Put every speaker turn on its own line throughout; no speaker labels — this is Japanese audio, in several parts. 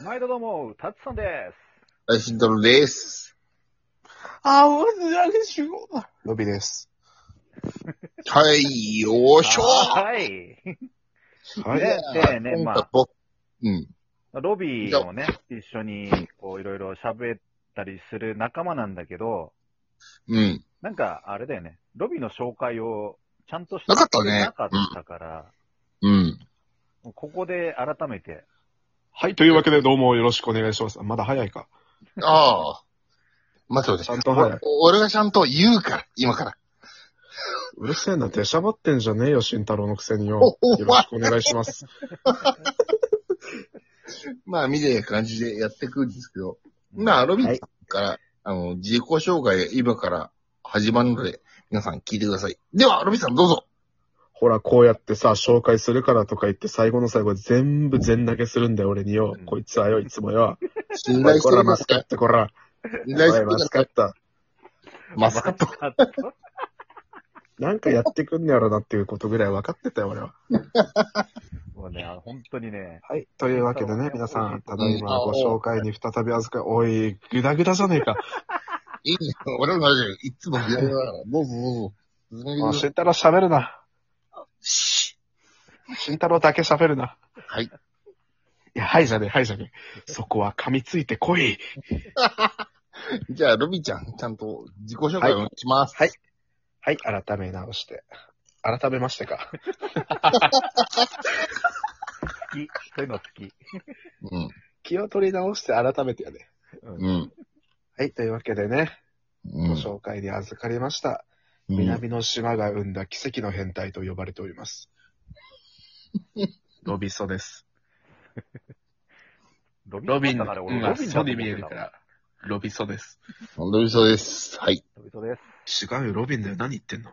毎度どうも、タツさんで
ライフンドルです。
あ、もう、なんか集合だ。ロビです。
はい、よー
す。
しょー
はい。
は
ねでねまあ
僕うん。
ロビーをね、一緒に、こう、いろいろ喋ったりする仲間なんだけど、
うん。
なんか、あれだよね、ロビーの紹介をちゃんとして
なかったね
なかったから、
うん。
ここで改めて、
はい、というわけでどうもよろしくお願いします。あまだ早いか。
ああ。待って待
ちゃ
っ
ん
て。
とはい。
お俺がちゃんと言うから、今から。
うるせえな、出しゃばってんじゃねえよ、慎太郎のくせによ。
おお
よろしくお願いします。
まあ、見て感じでやっていくんですけど。まあ、ロビンさんから、あの、自己紹介、今から始まるので、皆さん聞いてください。では、ロビンさんど うぞ。
ほら、こうやってさ、紹介するからとか言って、最後の最後全部全投げするんだよ、俺によ
うん。
こいつはよ、いつもよ。
信
おい
頼し
こ
て
ら、
る
マ
マ
ス
ス
カ
カ
ット、こら。
信
お
頼して
い、
るマ
マ
ス
ス
カッ
カット。
ト。マスカット。
あと
なんかやってくんねやろなっていうことぐらい分かってたよ、俺は。
もうね、あ本当にね、
はい。というわけでね、皆さん、ただいまご紹介に再び預か、おい、ぐだぐだじゃねえか。
いいね。俺の話いつも嫌いだから。どうぞどうぞ。進めて
お
く
い
ださい。
慎太郎喋るな。
シ
慎太郎だけ喋るな。
ーはい。
いや、はいじゃねえ、はいじゃねえ。そこは噛みついてこい。
じゃあ、ロビンちゃん、ちゃんと自己紹介お願いします。
はいはい、改め直して。改めましてか。
好き、そういうの好き。
うん。
気を取り直して改めてやね。
うん。
はい、というわけでね、
う
ご
ん。
紹介に預かりました。南の島が生んだ奇跡の変態と呼ばれております。ロビソです。
ロビ
ロビン、
だから俺、ロ
が
ビンだと
ソ
思
に
って
見え
た
るから。ロビソです。
本当にそうです。はい。
ロビトです。
違うよ、ロビンだよ。何言ってんの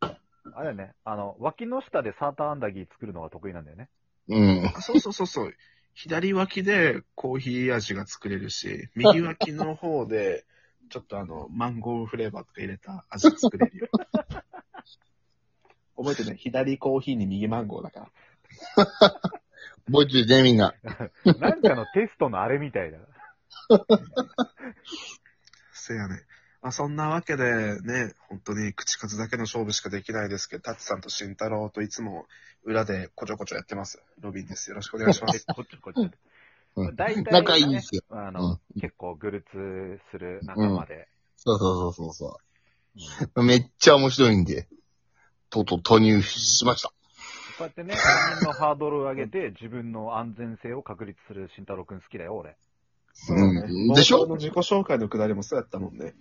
あれだよね、あの、脇の下でサーターアンダギー作るのが得意なんだよね。
うん。
あそうそうそうそう。左脇でコーヒー味が作れるし、右脇の方で、ちょっとあの、マンゴーフレーバーとか入れた味が作れる よ。覚えてね、左コーヒーに右マンゴーだから。
覚えてるね、みんな。
なんかのテストのあれみたいだ。
せやね。まあ、そんなわけでね、本当に口数だけの勝負しかできないですけど、タッチさんと慎太郎といつも裏でこちょこちょやってます。ロビンです。よろしくお願いします。
こっちこっち。
うん
大体、ね、
仲いいんですよ。
あ
う
の、
ん。
結構グルツする仲間で。
そうそうそうそう
うん
そう。めっちゃ面白いんで、とうとう投入しました。
こうやってね、自分のハードルを上げて、自分の安全性を確立する慎太郎くん好きだよ、俺。
そう
ねでしょ
冒頭の自己紹介のくだりもそうやったもん ね。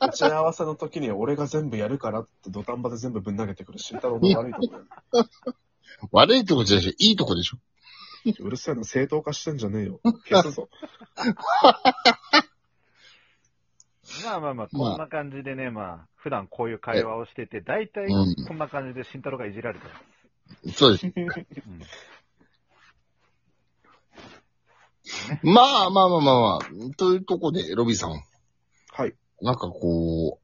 打ち合わせの時に俺が全部やるからって土壇場で全部ぶん投げてくる慎太郎の悪いところ。
悪いとこじゃないでしょ。いいとこでしょ。
うるせえな、正当化してんじゃねえよ。消すぞ。
まあまあまあ、
まあ
こんな感じでね、まあ、普段こういう会話をしてて、大体
うん
こんな感じで慎太郎がいじられてます。
そう です。
うん
まあまあまあまあまあ。というとこで、ロビーさん、
はい。
なんかこ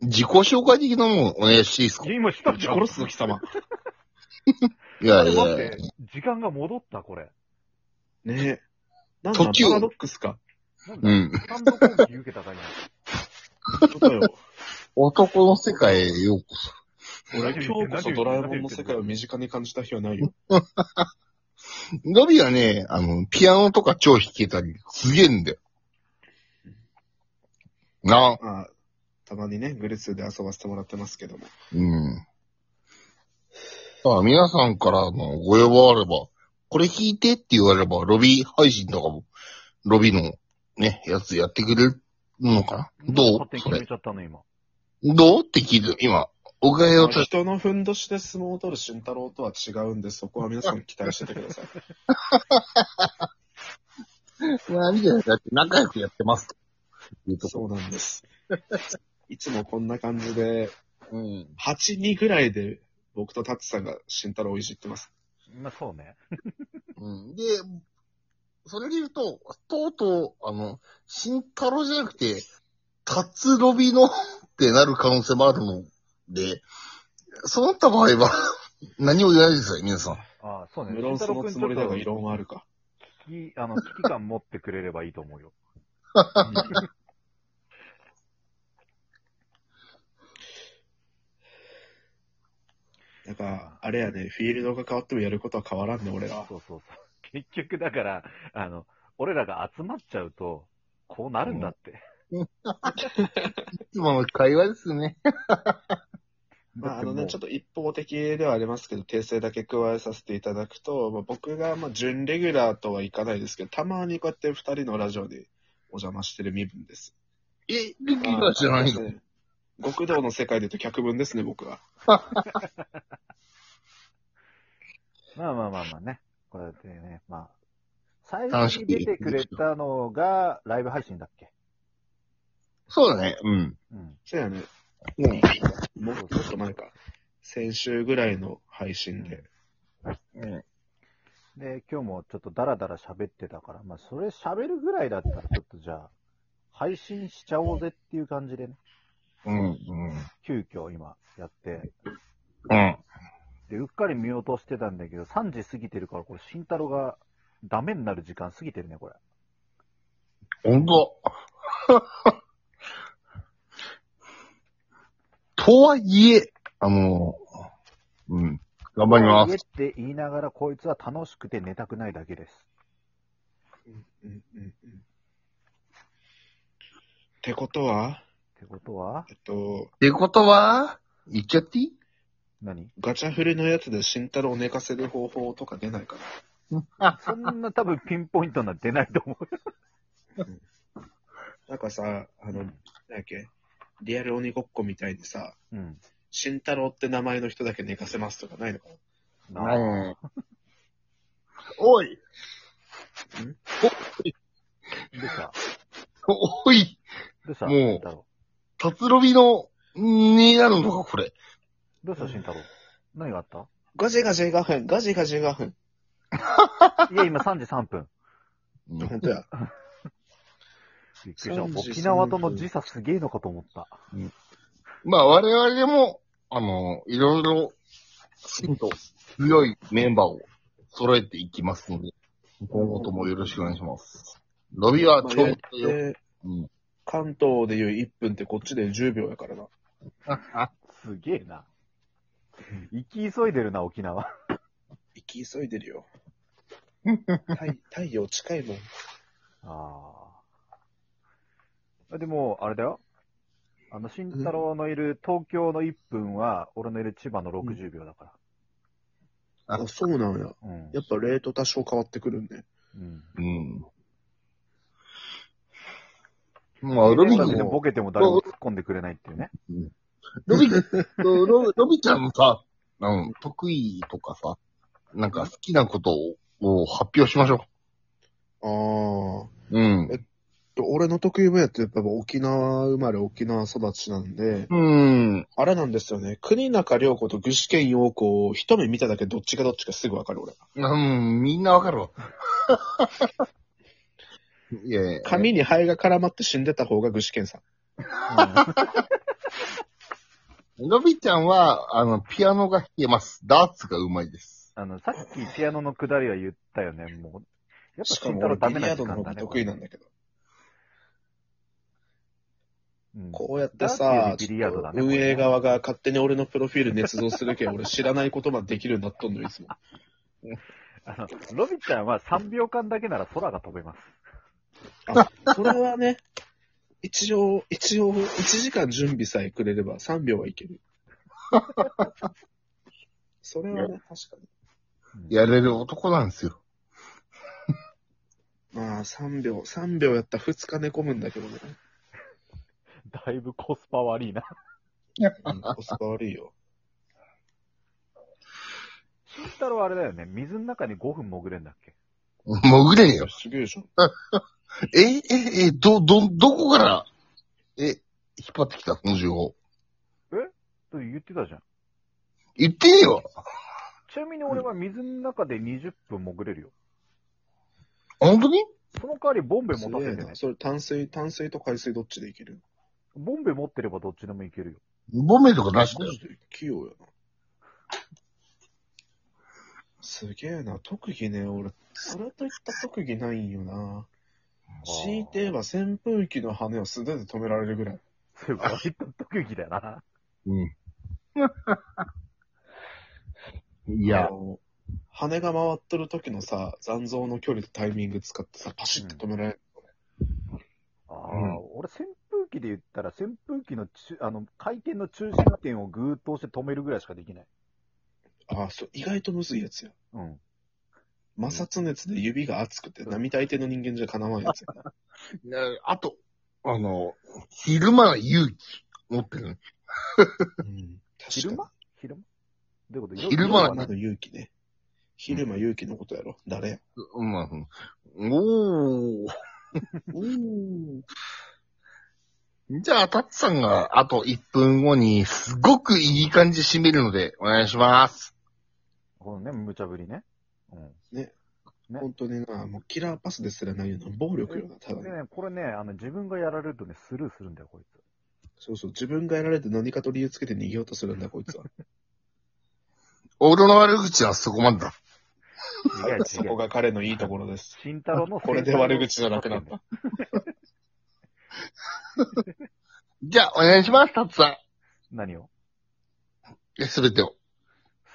う、自己紹介的なものをお願いしていいですかい
今した
ぶち
じゃん。
殺すぞ、貴様。
や
あ
い
れ待
や
っ
いや
て、時間が戻った、これ。
ねえ。なんだ、
途中
パラドックスか。
なん
う
だ、
ん。
スタンド攻撃受けたか、今。
そうだよ。
男の世界へようこそ。
俺は今日こそドラえもんの世界を身近に感じた日はないよ。
ロビーはね、あの、ピアノとか超弾けたり、すげえんだよ。なあ。
まあ、たまにね、グルツーで遊ばせてもらってますけども。
うん。さあ、皆さんからのご要望あれば、これ聞いてって言われれば、ロビー配信とかも、ロビーのね、やつやってくれるのかなど
勝手
う
に決
そ
め
れ。
ちゃったの、今。
どうって聞いて、今、お伺いをと、
人のふんどしで相撲を取る慎太郎とは違うんで、そこは皆さん期待しててください。
何でだって仲良くやってます。いうとこ。
そうなんです。 いつもこんな感じで、
うん。
8、2ぐらいで僕とタツさんが慎太郎をいじってます。
まあ、そうね。
うん。で、それで言うと、とうとう、あの、新太郎じゃなくて、タツロビのってなる可能性もあるので、そうなった場 合は、何も言わないでください、皆さん。
ああ、そうね。
無論そのつもりだが異論はあるか。
き、あの、危機感持ってくれればいいと思 うよ。
なんか、あれやね、フィールドが変わってもやることは変わらんね、俺は。
そうそうそう。結局だから、あの、俺らが集まっちゃうと、こうなるんだって。
いつもの会話ですね。
まあ、あのね、ちょっ
と。
と一方的ではありますけど、訂正だけ加えさせていただくと、まあ、僕が、まあ、準レギュラーとはいかないですけど、たまにこうやって二人のラジオにお邪魔してる身分です。
え、リキが知らないの
極道の世界で言うと客分ですね、僕は。
まあまあまあまあね。こうやってね、まあ。最初に出てくれたのが、ライブ配信だっけ
そうだね。うん。
うん。
そうやね。
うん。
ももっと前か。先週ぐらいの配信で。
うん、
で、今日もちょっとダラダラ喋ってたから、まあ、それ喋るぐらいだったら、ちょっとじゃあ、配信しちゃおうぜっていう感じでね、
うん、うん。
急遽今やって、
うん。
で、うっかり見落としてたんだけど、3時過ぎてるから、これ、慎太郎がダメになる時間過ぎてるね、これ。
ほんと。 とはいえ、あの、うん。頑張りま
家っ
す。
て言いながら、こいつは楽しくて寝たくないだけです。
うんうんうんうんってことは、
ってことは、
えっと、
ってことは、言っちゃっていい
何
ガチャフルのやつで慎太郎を寝かせる方法とか出ないかな。
そんな多分ピンポイントなんて出ないと思う。
なんかさ、あの、なんだっけ、リアル鬼ごっこみたいにさ、
うん。
慎太郎って名前の人だけ寝かせますとかないのかな
なあ
うんおい
どうした
おい
どうした
もう
慎太郎。
達ロビの、になるのか、これ。
どうした慎太郎。何があった
ガジガジ5分、ガジガジ5分。
いや、今3時3分。
うん
本当や。
びっくりした。
33
沖縄との時差すげえのかと思った。
まあ、我々でも、あの、いろいろ、真と強いメンバーを揃えていきますので、今後ともよろしくお願いします。ロビは
まあ
超強いよ。
で
うん。
関東でいう1分ってこっちで10秒やからな。
すげえな。行き急いでるな、沖縄。
行き急いでる よ。太太陽近いもん。
ああ。でも、あれだよ。あの、慎太郎のいる東京の1分は、俺のいる千葉の60秒だか
あ
あ、そうなんや。
ら。うん。
やっぱレート多少変わってくるんで。
うん。
うん。まあ、ロビ
全
君
然ボ
も、
ケても誰も突っ込んでくれないっていうね。
ロビ、ロロビちゃんのさ、うん、得意とかさ、なんか好きなことをを発表しましょ
ああ。
う。うん。
俺の得意分野ってやっぱ沖縄生まれ沖縄育ちなんで、
うん。
あれなんですよね。国中良子と具志堅用子を一目見ただけどっちかどっちかすぐわかる俺。
うん、みんなわかるわ。 いやいや。
髪に灰が絡まって死んでた方が具志堅さん。
ロビちゃんは、あの、ピアノが弾けます。ダーツがうまいです。
あの、さっきピアノのくだりは言ったよね、もう。やっぱ
しか
慎
も
太郎
俺
ダ
ビ
メ
リ
な
ヤー
時
ド
間
の方
だね。
が得意なんだけど。
うん
こうやってさ、
ビリヤードだね
運営側が勝手に俺のプロフィール捏造する けん、俺知らないことまでできるようになっとんのよ、いつも。
あの、ロビちゃんは3秒間だけなら空が飛べます。
これはね、一応、一応、1時間準備さえくれれば3秒はい ける。それはね、確かに。
うん
やれる男なんですよ。
まあ、3秒、3秒やったら2日寝込むんだ けどね。
だいぶコスパ悪いな。
うん、コスパ悪いよ。
慎太郎はあれだよね、水の中に5分潜れんだっけ
潜れねえよ。
すげえでしょ。
え、え、え、ど、ど、どこから、え、引っ張ってきたその情報。
と言ってたじゃん。
言ってねえよ。
ちなみに俺は水の中で20分潜れるよ。
本当に
その代わりボンベ
す
持た
げえ
せてね
な。。それ淡水、淡水と海水どっちでいける
ボンベ持ってればどっちでもいけるよ。
ボメとか
マ
なしだよ
ジ。で器用やな。すげえな。特技ね、俺、それといった特技ないんよな。強いて言えば扇風機の羽を素手で止められるぐらい。
それ 割と特技だな。
うん。い
い
や、
羽が回っとる時のさ、残像の距離とタイミング使ってさ、パシッて止められる。
ああ、
うん
俺扇風機で言ったら扇風機の中あの回転の中心点をグーッと押して止めるぐらいしかできない。
ああ、そう、意外とむずいやつや。
うん。
摩擦熱で指が熱くて、並大抵の人間じゃかなわんやつや。
なあと、あの、昼間は勇気持ってる。
うん、
昼
確かに
間昼間どういうこと
昼間は
夜
あの勇気ね。昼間勇気のことやろ。誰や。
うん、まあ、うんおー。
うん。
じゃあ、タッツさんがあと1分後に、すごくいい感じで締めるので、お願いします。
このね、無茶ぶりね。うん。
本当にな、もうキラーパスですらないような暴力よな、ただ
で
の。
ね、これね、あの、自分がやられるとね、スルーするんだよ、こいつ。
そうそう、自分がやられて何かと理由つけて逃げようとするんだ、こいつは。
俺の悪口はそこまでだ。
違う違う
そこが彼のいいところです。
慎太郎の
これで悪口じゃなくなっ。た。
じゃあ、お願いします、タッツさ
何を
ん。すべてを。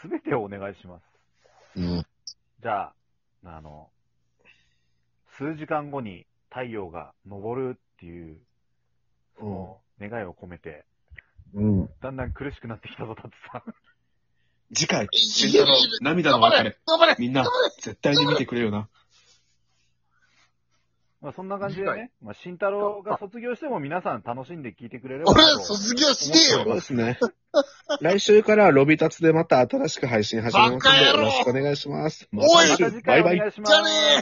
すべてをお願いします。
うん。
じゃあ、あの、数時間後に太陽が昇るっていう、その願いを込めて、
うん。
だんだん苦しくなってきたぞ、タツさん。
次回、
い
慎
や
太
いや
郎、涙の
頑張
別 れ
れ。頑張れ
みんな、絶対に見てくれよな。
まあそんな感じでね、まあ、慎太郎が卒業しても皆さん楽しんで聞いてくれれば
俺は
と
卒業して
思っており
よ
ます
ですね。来週からはロビタツでまた新しく配信始めますの
バカ
で、
野郎
よろしくお願いします。
おい
また来週
また次
バ
回
イ
お
バイ。
願いしま
じ
す。
ゃあねー